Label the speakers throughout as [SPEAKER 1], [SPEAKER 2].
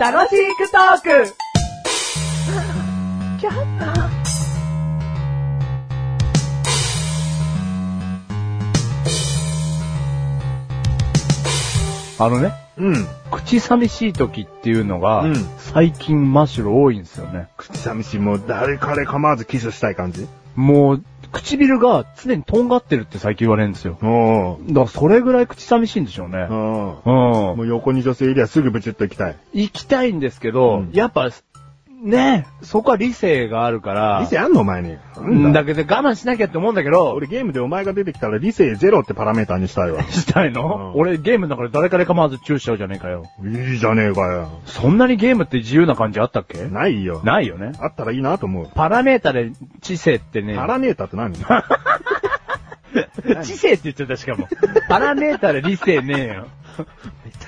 [SPEAKER 1] 楽しくトーク
[SPEAKER 2] あのね、
[SPEAKER 3] うん。
[SPEAKER 2] 口寂しい時っていうのが、
[SPEAKER 3] うん
[SPEAKER 2] 最近マシュル多いんですよね。
[SPEAKER 3] 口寂しい。もう誰彼構わずキスしたい感じ
[SPEAKER 2] もう、唇が常にとんがってるって最近言われるんですよ。
[SPEAKER 3] お
[SPEAKER 2] だからそれぐらい口寂しいんでしょうね
[SPEAKER 3] う。ん。
[SPEAKER 2] うん
[SPEAKER 3] も。う横に女性いりゃすぐブチッと行きたい。
[SPEAKER 2] 行きたいんですけど、
[SPEAKER 3] うん
[SPEAKER 2] やっぱ、ねえ、そこは理性があるから、
[SPEAKER 3] 理性あんのお前に。
[SPEAKER 2] うんだけど我慢しなきゃって思うんだけど、
[SPEAKER 3] 俺ゲームでお前が出てきたら理性ゼロってパラメーターにしたいわ。
[SPEAKER 2] したいの、
[SPEAKER 3] うん
[SPEAKER 2] 俺ゲームだから誰かで構わずチューしちゃうじゃねえかよ。
[SPEAKER 3] いいじゃねえかよ。
[SPEAKER 2] そんなにゲームって自由な感じあったっけ
[SPEAKER 3] ないよ。
[SPEAKER 2] ないよね。
[SPEAKER 3] あったらいいなと思う。
[SPEAKER 2] パラメータで知性ってね、
[SPEAKER 3] パラメーターって 何
[SPEAKER 2] 知性って言っちゃったしかも。パラメータで理性ねえよ。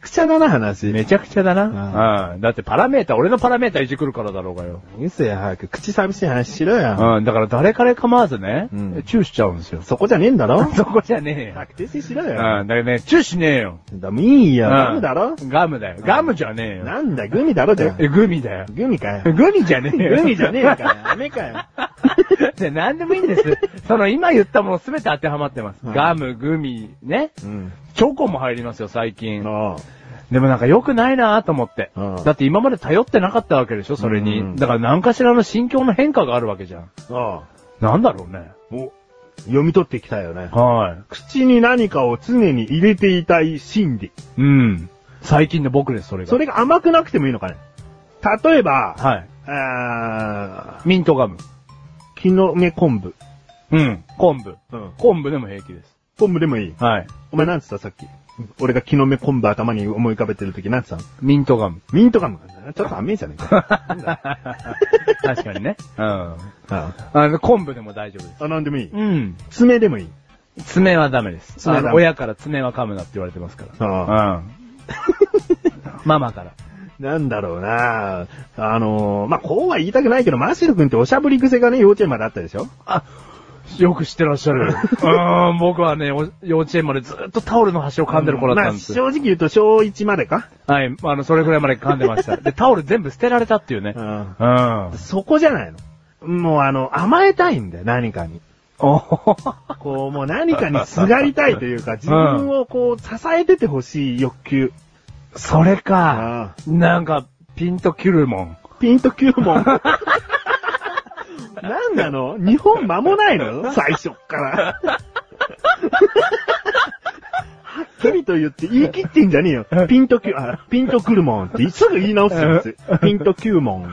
[SPEAKER 3] くちゃだな話
[SPEAKER 2] めちゃくちゃだ
[SPEAKER 3] うん
[SPEAKER 2] な。うん。だってパラメータ、俺のパラメータいじくるからだろうがよ。
[SPEAKER 3] うせえ早く。口寂しい話しろよ。
[SPEAKER 2] うん。だから誰かで構わずね、
[SPEAKER 3] うん
[SPEAKER 2] チューしちゃうんですよ。
[SPEAKER 3] そこじゃねえんだ ろ
[SPEAKER 2] そこじゃねえよ。
[SPEAKER 3] 確定性しろ
[SPEAKER 2] う
[SPEAKER 3] よ。
[SPEAKER 2] ん。だけどね、チューしねえよ。
[SPEAKER 3] だもういいよ。
[SPEAKER 2] うん
[SPEAKER 3] ダメだろ
[SPEAKER 2] ガムだよ。ガムじゃねえよ。
[SPEAKER 3] なんだ、グミだろじゃん。
[SPEAKER 2] え、グミだよ。
[SPEAKER 3] グミかよ。
[SPEAKER 2] グミじゃねえよ。
[SPEAKER 3] グミじゃねえかよ。ダメかよ。
[SPEAKER 2] で、何でもいいんです。その今言ったものすべて当てはまってます。
[SPEAKER 3] はい
[SPEAKER 2] ガム、グミ、ね。
[SPEAKER 3] うん。
[SPEAKER 2] チョコも入りますよ、最近。
[SPEAKER 3] あ
[SPEAKER 2] でもなんか良くないなぁと思って
[SPEAKER 3] うん。
[SPEAKER 2] だって今まで頼ってなかったわけでしょ、それ
[SPEAKER 3] うんうん
[SPEAKER 2] に。だから何かしらの心境の変化があるわけじゃん。
[SPEAKER 3] あ。ああ。
[SPEAKER 2] なんだろうね。
[SPEAKER 3] お、読み取ってきたよね。
[SPEAKER 2] は
[SPEAKER 3] 口に何かを常に入れていたい心理。
[SPEAKER 2] い。うん。最近の僕です、それが。
[SPEAKER 3] それが甘くなくてもいいのかね。例えば、
[SPEAKER 2] はい。
[SPEAKER 3] あー
[SPEAKER 2] ミントガム。
[SPEAKER 3] 木の芽昆布。
[SPEAKER 2] うん。昆布。
[SPEAKER 3] うん。
[SPEAKER 2] 昆布でも平気です。
[SPEAKER 3] 昆布でもいい。
[SPEAKER 2] はい。
[SPEAKER 3] お前なんつったさっき。俺が木の芽昆布頭に思い浮かべてる時なんつったの
[SPEAKER 2] ミントガム。
[SPEAKER 3] ミントガム。ちょっと甘えじゃねえか。
[SPEAKER 2] 確かにね。うん。
[SPEAKER 3] あ
[SPEAKER 2] あの、昆布でも大丈夫です。
[SPEAKER 3] あ、なんでもいい。
[SPEAKER 2] うん。
[SPEAKER 3] 爪でもいい。
[SPEAKER 2] 爪はダメです。
[SPEAKER 3] 爪はダメ
[SPEAKER 2] あの親から爪は噛むなって言われてますから。
[SPEAKER 3] ああ
[SPEAKER 2] うん。 ママから。
[SPEAKER 3] なんだろうなあのー、まあ、こうは言いたくないけど、マシル君っておしゃぶり癖がね、幼稚園まであったでしょ
[SPEAKER 2] あ、よく知ってらっしゃ る。うーん、僕はね、お幼稚園までずっとタオルの端を噛んでる子だったんです
[SPEAKER 3] ま
[SPEAKER 2] よ。
[SPEAKER 3] あ、正直言うと小1までか
[SPEAKER 2] はい、あの、それぐらいまで噛んでました。 で、タオル全部捨てられたっていうね。うん。
[SPEAKER 3] ん。
[SPEAKER 2] あ
[SPEAKER 3] そこじゃないの。もうあの、甘えたいんだよ、何かに。こう、もう何かにすがりたいというか、自分をこう、支えててほしい欲求。
[SPEAKER 2] それか。
[SPEAKER 3] ああ
[SPEAKER 2] なんか、ピンと切るもん。
[SPEAKER 3] ピンと9問。なんなの日本間もないの最初っから。はっきりと言って言い切ってんじゃねえよ。ピンと9、あ、ピンとくるもんってすぐ言い直すやつ。ピンと9もん。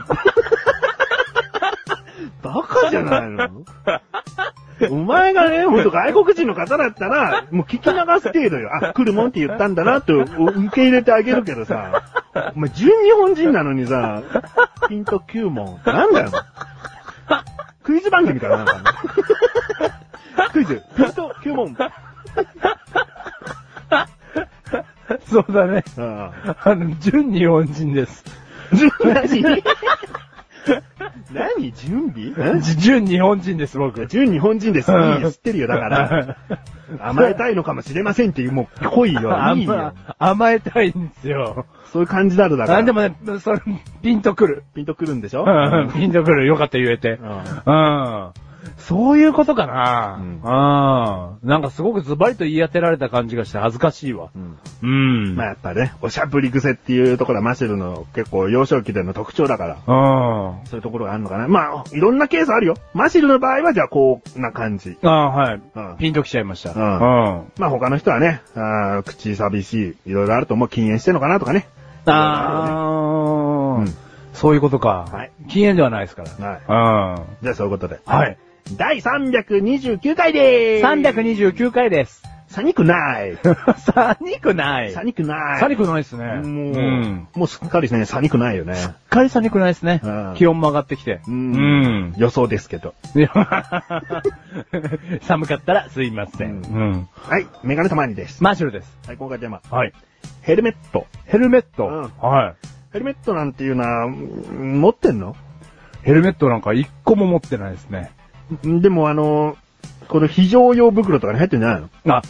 [SPEAKER 3] バカじゃないのお前がね、ほんと外国人の方だったら、もう聞き流す程度よ。あ、来るもんって言ったんだなと受け入れてあげるけどさ、お前純日本人なのにさ、ピンと9問。なんだよ。クイズ番組かななんかねクイズ、ピンと9問。
[SPEAKER 2] そうだね。
[SPEAKER 3] ああ
[SPEAKER 2] あの、純日本人です。
[SPEAKER 3] 何何準備
[SPEAKER 2] じ純日本人です、僕。
[SPEAKER 3] 純日本人です。いいよ知ってるよ。だから、甘えたいのかもしれませんっていう、もう、濃いよ。いいよ
[SPEAKER 2] 甘。甘えたいんですよ。
[SPEAKER 3] そういう感じだろ、だから。
[SPEAKER 2] あ、でもね、それ、ピンとくる。
[SPEAKER 3] ピンとくるんでしょ
[SPEAKER 2] うんピンとくる。よかった、言えて。うん。そういうことかな。うん。なんかすごくズバリと言い当てられた感じがして恥ずかしいわ。
[SPEAKER 3] うん
[SPEAKER 2] うん。
[SPEAKER 3] まあやっぱね、おしゃぶり癖っていうところはマシュルの結構幼少期での特徴だから、
[SPEAKER 2] うん。
[SPEAKER 3] そういうところがあるのかな。まあ、いろんなケースあるよ。マシュルの場合はじゃあこんな感じ。
[SPEAKER 2] ああ、はい、
[SPEAKER 3] うん
[SPEAKER 2] ピンときちゃいました。
[SPEAKER 3] うん
[SPEAKER 2] うん
[SPEAKER 3] まあ他の人はね、あー口寂しい、いろいろあると思う禁煙してんのかなとかね。
[SPEAKER 2] ああ、
[SPEAKER 3] うん
[SPEAKER 2] そういうことか。
[SPEAKER 3] はい
[SPEAKER 2] 禁煙ではないですから。
[SPEAKER 3] じゃあそういうことで。
[SPEAKER 2] はい。はい。
[SPEAKER 3] 第329回でーす。
[SPEAKER 2] 329回 です。
[SPEAKER 3] さにくない。
[SPEAKER 2] さにくない。
[SPEAKER 3] さにくない。
[SPEAKER 2] さにくないですね。
[SPEAKER 3] もう、
[SPEAKER 2] うん
[SPEAKER 3] もうすっかりね、さにくないよね。
[SPEAKER 2] しっかりさにくないですね
[SPEAKER 3] うん。
[SPEAKER 2] 気温も上がってきて。うん
[SPEAKER 3] 予想ですけど。
[SPEAKER 2] いや 寒かったらすいません。
[SPEAKER 3] う
[SPEAKER 2] うん。
[SPEAKER 3] はい、メガネたまにです。
[SPEAKER 2] マシュルです。
[SPEAKER 3] はい、今回テーマ。
[SPEAKER 2] はい。
[SPEAKER 3] ヘルメット。
[SPEAKER 2] ヘルメット。
[SPEAKER 3] うん
[SPEAKER 2] はい。
[SPEAKER 3] ヘルメットなんていうのは、うん持ってんの
[SPEAKER 2] ヘルメットなんか一個も持ってないですね。
[SPEAKER 3] でもあの、この非常用袋とかに入ってんじゃないの
[SPEAKER 2] あ、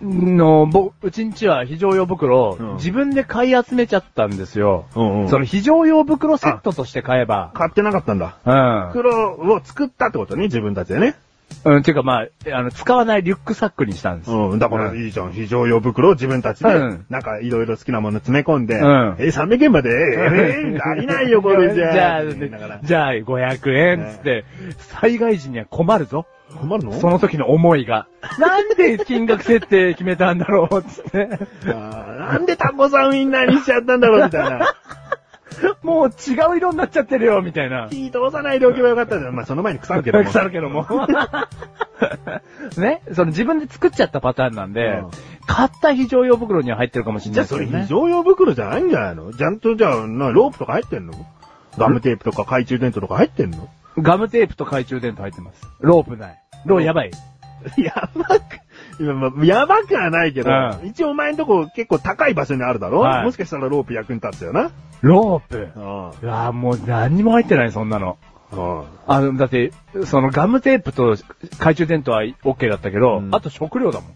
[SPEAKER 2] の、ぼ、うちんちは非常用袋、
[SPEAKER 3] うん
[SPEAKER 2] 自分で買い集めちゃったんですよ。
[SPEAKER 3] うんうん
[SPEAKER 2] その非常用袋セットとして買えば。
[SPEAKER 3] 買ってなかったんだ。
[SPEAKER 2] うん。
[SPEAKER 3] 袋を作ったってことね、自分たちでね。
[SPEAKER 2] うん、ていうかまあ、あの、使わないリュックサックにしたんです。
[SPEAKER 3] うん、だから
[SPEAKER 2] うん
[SPEAKER 3] いいじゃん。非常用袋を自分たちで
[SPEAKER 2] うん、
[SPEAKER 3] なんかいろいろ好きなもの詰め込んで、え
[SPEAKER 2] ん
[SPEAKER 3] ー、300円まで、えー、足りないよ、これじ ゃ。
[SPEAKER 2] じゃあ、
[SPEAKER 3] だから、
[SPEAKER 2] じゃあ500円っつって、災害時には困るぞ。
[SPEAKER 3] 困るの
[SPEAKER 2] その時の思い が。なんで金額設定決めたんだろうっつって。
[SPEAKER 3] あーなんでタコさんウインナーにしちゃったんだろう、みたいな。
[SPEAKER 2] もう違う色になっちゃってるよ、みたいな。
[SPEAKER 3] 火通さないでおけばよかったんだよ。まあ、その前に腐るけども。
[SPEAKER 2] 腐るけど も。ね、その自分で作っちゃったパターンなんで、
[SPEAKER 3] うん
[SPEAKER 2] 買った非常用袋には入ってるかもしれな
[SPEAKER 3] じ
[SPEAKER 2] い
[SPEAKER 3] ゃあ
[SPEAKER 2] です
[SPEAKER 3] そ
[SPEAKER 2] け
[SPEAKER 3] れ
[SPEAKER 2] どね。
[SPEAKER 3] 非常用袋じゃないんじゃないのちゃんとじゃあ、なロープとか入ってんのガムテープとか懐中電灯とか入ってんの
[SPEAKER 2] ガムテープと懐中電灯入ってます。ロープない。ローやばい。
[SPEAKER 3] やばく、いやまあやばくはないけど、
[SPEAKER 2] うん
[SPEAKER 3] 一応お前んとこ結構高い場所にあるだろ、
[SPEAKER 2] はい
[SPEAKER 3] もしかしたらロープ役に立つよな。
[SPEAKER 2] ロープ。
[SPEAKER 3] あ
[SPEAKER 2] うわぁ、もう何にも入ってない、そんなの。
[SPEAKER 3] あ
[SPEAKER 2] あの、だって、そのガムテープと懐中電灯は OK だったけど、
[SPEAKER 3] うん
[SPEAKER 2] あと食料だもん。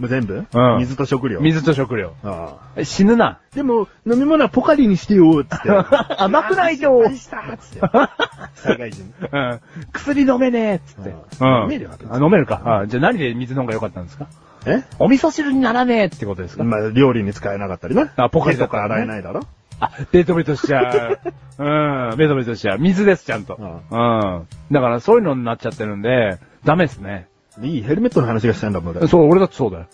[SPEAKER 3] もう全部、
[SPEAKER 2] うん
[SPEAKER 3] 水と食料。
[SPEAKER 2] 水と食料。
[SPEAKER 3] あ
[SPEAKER 2] 死ぬな。
[SPEAKER 3] あでも、飲み物はポカリにしてよ、つ って。
[SPEAKER 2] 甘くないと。
[SPEAKER 3] あ失敗 した、つって。災害時に。
[SPEAKER 2] うん。薬飲めねえっつって。
[SPEAKER 3] う
[SPEAKER 2] う
[SPEAKER 3] ん
[SPEAKER 2] ん
[SPEAKER 3] 飲めるよ別に
[SPEAKER 2] あ飲めるか。あじゃあ何で水飲むが良かったんですか
[SPEAKER 3] え
[SPEAKER 2] お味噌汁にならねえってことですか、
[SPEAKER 3] まあ、料理に使えなかったりな。
[SPEAKER 2] あポカリ
[SPEAKER 3] 手
[SPEAKER 2] だ
[SPEAKER 3] と
[SPEAKER 2] った
[SPEAKER 3] から
[SPEAKER 2] ね
[SPEAKER 3] 洗えないだろ
[SPEAKER 2] あ、ベトベトしちゃ う。うん、ベトベトしちゃう。水です、ちゃんと。
[SPEAKER 3] う
[SPEAKER 2] うんん。だからそういうのになっちゃってるんで、ダメですね。
[SPEAKER 3] いいヘルメットの話がしたいんだもん、俺。
[SPEAKER 2] そう、俺だってそうだ よ。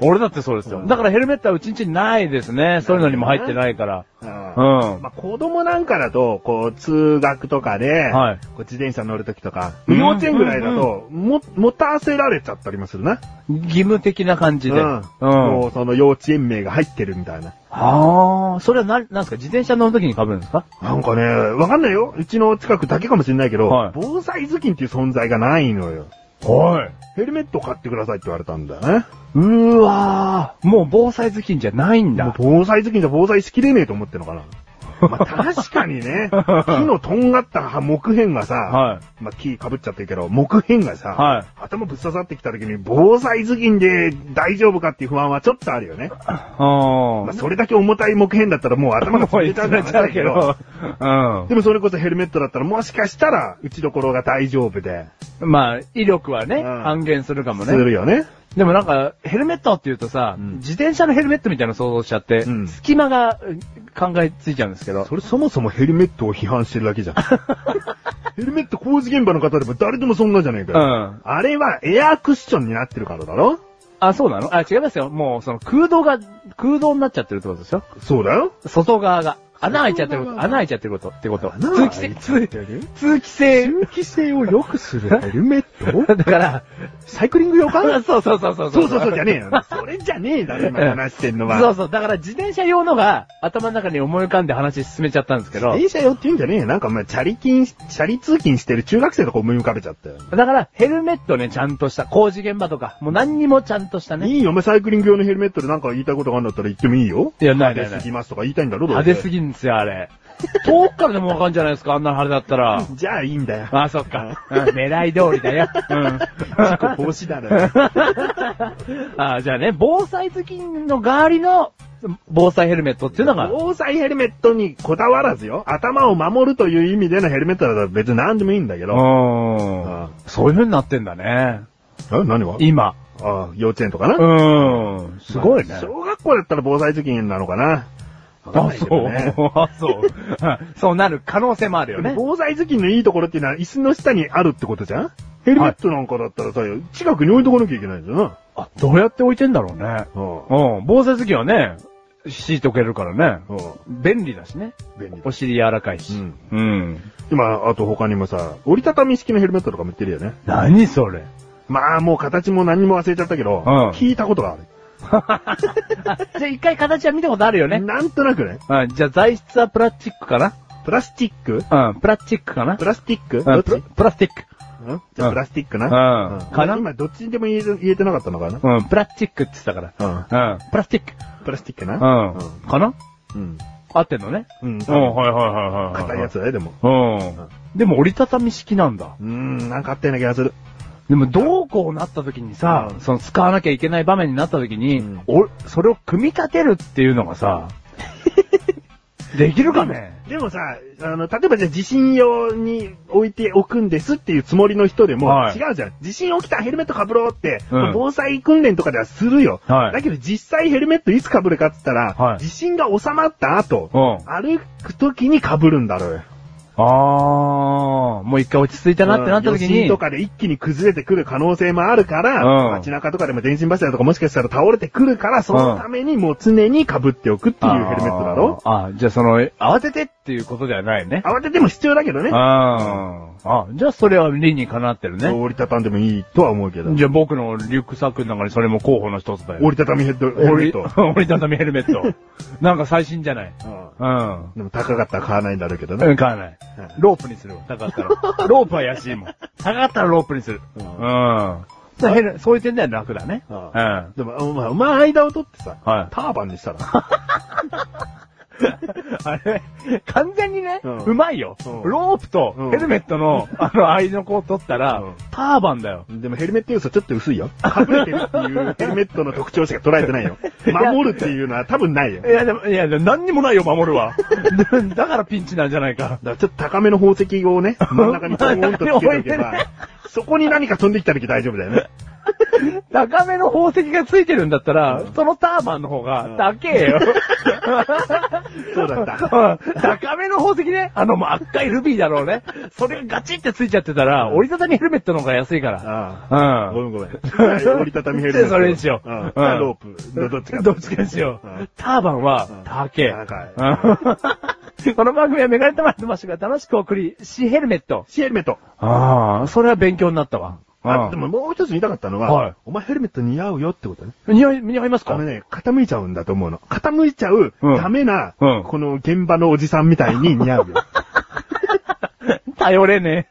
[SPEAKER 2] 俺だってそうですよ。だからヘルメットはうちんちにないですね。そういうのにも入ってないから。
[SPEAKER 3] うん
[SPEAKER 2] うん
[SPEAKER 3] まあ、子供なんかだと、こう、通学とかで、
[SPEAKER 2] はい
[SPEAKER 3] こう自転車乗るときとか、
[SPEAKER 2] うん
[SPEAKER 3] 幼稚園ぐらいだと、も、持たせられちゃったりもするな。
[SPEAKER 2] 義務的な感じで。うん。
[SPEAKER 3] もう、その幼稚園名が入ってるみたいな。
[SPEAKER 2] ああ、それは何、なんですか自転車乗るときに被るんですか
[SPEAKER 3] なんかね、わかんないよ。うちの近くだけかもしれないけど、
[SPEAKER 2] はい
[SPEAKER 3] 防災頭巾っていう存在がないのよ。
[SPEAKER 2] はい。
[SPEAKER 3] ヘルメット買ってくださいって言われたんだよね。
[SPEAKER 2] うーわー。もう防災頭巾じゃないん
[SPEAKER 3] もう
[SPEAKER 2] だ。
[SPEAKER 3] 防災頭巾じゃ防災しきれねえと思ってん のかな。まあ、確かにね、木のとんがった木片が さ、
[SPEAKER 2] は
[SPEAKER 3] まあ、木被っちゃってるけど、木片がさ、
[SPEAKER 2] はい
[SPEAKER 3] 頭ぶっ刺さってきた時に防災頭巾で大丈夫かっていう不安はちょっとあるよね。
[SPEAKER 2] い。あ
[SPEAKER 3] まあ、
[SPEAKER 2] あ。
[SPEAKER 3] それだけ重たい木片だったらもう頭が
[SPEAKER 2] もう
[SPEAKER 3] 潰
[SPEAKER 2] 言
[SPEAKER 3] れ
[SPEAKER 2] っ
[SPEAKER 3] ちゃう
[SPEAKER 2] ち
[SPEAKER 3] か
[SPEAKER 2] ゃ
[SPEAKER 3] ら
[SPEAKER 2] っちゃうけど。
[SPEAKER 3] でもそれこそヘルメットだったらもしかしたら打ちどころが大丈夫で、
[SPEAKER 2] うん。まあ、威力はね、
[SPEAKER 3] うん
[SPEAKER 2] 半減するかも
[SPEAKER 3] す
[SPEAKER 2] ね。
[SPEAKER 3] るよね。
[SPEAKER 2] でもなんか、ヘルメットって言うとさ、
[SPEAKER 3] うん
[SPEAKER 2] 自転車のヘルメットみたいなの想像しちゃって、
[SPEAKER 3] うん
[SPEAKER 2] 隙間がうん考えついちゃうんですけど。
[SPEAKER 3] それそもそもヘルメットを批判してるだ けじゃん。ヘルメット工事現場の方でも誰でもそんなじゃねえか
[SPEAKER 2] う
[SPEAKER 3] よ。
[SPEAKER 2] ん。
[SPEAKER 3] あれはエアークッションになってるからだろ
[SPEAKER 2] あ、そうなのあ、違いますよ。もう、その空洞が、空洞になっちゃってるってことでしょ
[SPEAKER 3] そうだよ。
[SPEAKER 2] 外側が。穴開いちゃってること、
[SPEAKER 3] 外側が
[SPEAKER 2] 穴開いちゃってることってこと。
[SPEAKER 3] 穴
[SPEAKER 2] 通気
[SPEAKER 3] 開い
[SPEAKER 2] 性、
[SPEAKER 3] ちゃって
[SPEAKER 2] 通
[SPEAKER 3] る
[SPEAKER 2] 通気性。
[SPEAKER 3] 気性を良くするヘルメット
[SPEAKER 2] だから、
[SPEAKER 3] サイクリング用か
[SPEAKER 2] あ そうそうそうそう。
[SPEAKER 3] そうそうそうじゃねえよ。 それじゃねえだろ、今話してんの は。
[SPEAKER 2] そううそう。だから自転車用のが頭の中に思い浮かんで話進めちゃったんですけど。
[SPEAKER 3] 電車用って言うんじゃねえよ。なんかお前、チャリ金、チャリ通勤してる中学生とか思い浮かべちゃったよ。
[SPEAKER 2] だからヘルメットね、ちゃんとした。工事現場とか。もう何にもちゃんとしたね。
[SPEAKER 3] いいよ、お前サイクリング用のヘルメットでなんか言いたいことがあるんだったら言ってもいいよ。
[SPEAKER 2] いやないないない
[SPEAKER 3] 派手すぎますとか言いたいんだろ、
[SPEAKER 2] 派手す
[SPEAKER 3] ぎ。
[SPEAKER 2] ぎんですよ、あ れ。遠くからでもわかんじゃないですか、あんな派手だったら。
[SPEAKER 3] じゃあいい んだよ。
[SPEAKER 2] あ、そっ か。うん狙い通りだよ。うん。
[SPEAKER 3] 事故防止だろ。
[SPEAKER 2] あ、じゃあね、防災頭巾の代わりの防災ヘルメットっていうのが、
[SPEAKER 3] 防災ヘルメットにこだわらずよ。頭を守るという意味でのヘルメットだったら別に何でもいいんだけど。
[SPEAKER 2] うん。そういう風になってんだね。
[SPEAKER 3] え何は
[SPEAKER 2] 今。
[SPEAKER 3] ああ、幼稚園とかな。
[SPEAKER 2] うん。すごいね
[SPEAKER 3] まあ。小学校だったら防災頭巾なのかな。わかん
[SPEAKER 2] あ、
[SPEAKER 3] ないけ
[SPEAKER 2] そ
[SPEAKER 3] ど
[SPEAKER 2] う
[SPEAKER 3] ね。
[SPEAKER 2] あ、そう。そうなる可能性もあるよね。
[SPEAKER 3] 防災頭巾のいいところっていうのは椅子の下にあるってことじゃんヘルメットなんかだったらさ、近くに置いとかなきゃいけないんだよな。
[SPEAKER 2] あ、どうやって置いてんだろうね。
[SPEAKER 3] う
[SPEAKER 2] うん。防災頭巾はね、敷いとけるからね。
[SPEAKER 3] ん。
[SPEAKER 2] 便利だしね。
[SPEAKER 3] 便利だ
[SPEAKER 2] お。尻柔らかいし。
[SPEAKER 3] うん
[SPEAKER 2] うん。
[SPEAKER 3] 今、あと他にもさ、折りたたみ式のヘルメットとかも売ってるよね。
[SPEAKER 2] 何それ
[SPEAKER 3] まあ、もう形も何も忘れちゃったけど、
[SPEAKER 2] うん
[SPEAKER 3] 聞いたことがある。
[SPEAKER 2] あ、じゃあ一回形は見たことあるよね。
[SPEAKER 3] なんとなくね、
[SPEAKER 2] うん、じゃあ材質はプラスチックか
[SPEAKER 3] プラスチック
[SPEAKER 2] なうん、プラスチックかな
[SPEAKER 3] プラスチック
[SPEAKER 2] う
[SPEAKER 3] ど
[SPEAKER 2] ん
[SPEAKER 3] っち
[SPEAKER 2] プラプラスチック。
[SPEAKER 3] うんじゃあ
[SPEAKER 2] うん
[SPEAKER 3] プラスチックな。
[SPEAKER 2] うんかな
[SPEAKER 3] 今どっちにでも言えず言えてなかったのかな
[SPEAKER 2] うん、プラスチックって言ってたか
[SPEAKER 3] うん。
[SPEAKER 2] ら。うん、プラスチック。
[SPEAKER 3] プラスチック
[SPEAKER 2] う
[SPEAKER 3] な。
[SPEAKER 2] ん。かな
[SPEAKER 3] うん。
[SPEAKER 2] 合ってんのね。
[SPEAKER 3] うん。
[SPEAKER 2] はいはいはいは
[SPEAKER 3] 硬いやつだよ、でも。
[SPEAKER 2] うん。でも折りたたみ式なんだ。
[SPEAKER 3] うーん、なんかあったような気がする。
[SPEAKER 2] でもどうこうなった時にさ、
[SPEAKER 3] うん
[SPEAKER 2] その使わなきゃいけない場面になった時に、
[SPEAKER 3] うん
[SPEAKER 2] お、それを組み立てるっていうのがさ、できるかね
[SPEAKER 3] でもさ、あの、例えばじゃあ地震用に置いておくんですっていうつもりの人でも、
[SPEAKER 2] はい
[SPEAKER 3] 違うじゃん。地震起きたヘルメット被ろうって、
[SPEAKER 2] うん
[SPEAKER 3] 防災訓練とかではするよ。
[SPEAKER 2] はい
[SPEAKER 3] だけど実際ヘルメットいつ被るかって言ったら、
[SPEAKER 2] はい
[SPEAKER 3] 地震が収まった後、
[SPEAKER 2] うん。
[SPEAKER 3] 歩く時に被るんだろうよ。
[SPEAKER 2] あー、もう一回落ち着いたなってなった時
[SPEAKER 3] うん余
[SPEAKER 2] に、
[SPEAKER 3] 震とかで一気に崩れてくる可能性もあるから、
[SPEAKER 2] うん
[SPEAKER 3] 街中とかでも電信柱とかもしかしたら倒れてくるから、そのためにもう常に被っておくっていうヘルメットだろ
[SPEAKER 2] あーあー、じゃあその、慌ててっていうことではないね。
[SPEAKER 3] 慌てても必要だけどね。
[SPEAKER 2] あーあ、じゃあそれは理にかなってるね。
[SPEAKER 3] 折りたたんでもいいとは思うけど。
[SPEAKER 2] じゃあ僕のリュックサックの中にそれも候補の一つだよ。
[SPEAKER 3] 折りたたみヘッド、ヘルメ
[SPEAKER 2] 折り、
[SPEAKER 3] ット。
[SPEAKER 2] 折りたたみヘルメット。なんか最新じゃない。うん。
[SPEAKER 3] でも高かったら買わないんだろうけどね。
[SPEAKER 2] うん、買わない。ロープにするわ、高かった ら。ロープは安いもん。高かったらロープにする。
[SPEAKER 3] う
[SPEAKER 2] うんん。だからヘルそういう点では楽だね。
[SPEAKER 3] う
[SPEAKER 2] うんん。
[SPEAKER 3] でも、お前、お前間を取ってさ、
[SPEAKER 2] はい
[SPEAKER 3] ターバンにしたら。
[SPEAKER 2] あれ、完全にね、
[SPEAKER 3] うん
[SPEAKER 2] うまいよ。
[SPEAKER 3] うん
[SPEAKER 2] ロープと
[SPEAKER 3] うん
[SPEAKER 2] ヘルメットの、あの、間の子を取ったら、
[SPEAKER 3] うん
[SPEAKER 2] ターバンだよ。
[SPEAKER 3] でもヘルメット要素ちょっと薄いよ。 隠れてるっていうヘルメットの特徴しか捉えてないよ。守るっていうのは多分ないよ。
[SPEAKER 2] いや、でも、いや、何にもないよ、守る は。だからピンチなんじゃないか。
[SPEAKER 3] だからちょっと高めの宝石を ね、真ん中にポーンとつけとけ
[SPEAKER 2] 真ん中に置い
[SPEAKER 3] ば、そこに何か飛んできた時大丈夫だよね。
[SPEAKER 2] 高めの宝石がついてるんだったら、そのターバンの方
[SPEAKER 3] うん
[SPEAKER 2] が、高え よ。
[SPEAKER 3] そうだった。
[SPEAKER 2] うん高めの宝石ね。あの、もう赤いルビーだろうね。それがガチってついちゃってたら、折りたたみヘルメットの方が安いから。
[SPEAKER 3] ああ
[SPEAKER 2] う
[SPEAKER 3] ご
[SPEAKER 2] ん。
[SPEAKER 3] めん ごめん。折りたたみヘルメット。
[SPEAKER 2] それにしよう
[SPEAKER 3] うん
[SPEAKER 2] うん
[SPEAKER 3] ロープ。どどっち か。
[SPEAKER 2] どっちかにしよ
[SPEAKER 3] う。
[SPEAKER 2] うんターバンは
[SPEAKER 3] うん、
[SPEAKER 2] 高え。
[SPEAKER 3] 高
[SPEAKER 2] うん この番組はメガネたまりのマッシュが楽しく送り、シヘルメット。
[SPEAKER 3] シヘルメット。
[SPEAKER 2] ああ、それは勉強になったわ。
[SPEAKER 3] あ、で
[SPEAKER 2] うん
[SPEAKER 3] ももう一つ見たかったの
[SPEAKER 2] は、
[SPEAKER 3] はいお前ヘルメット似合うよってことね。
[SPEAKER 2] 似合い、似合います
[SPEAKER 3] あ
[SPEAKER 2] か
[SPEAKER 3] のね、傾いちゃうんだと思うの。傾いちゃう
[SPEAKER 2] うん
[SPEAKER 3] ダメな、
[SPEAKER 2] うん
[SPEAKER 3] この現場のおじさんみたいに似合うよ。
[SPEAKER 2] 頼れね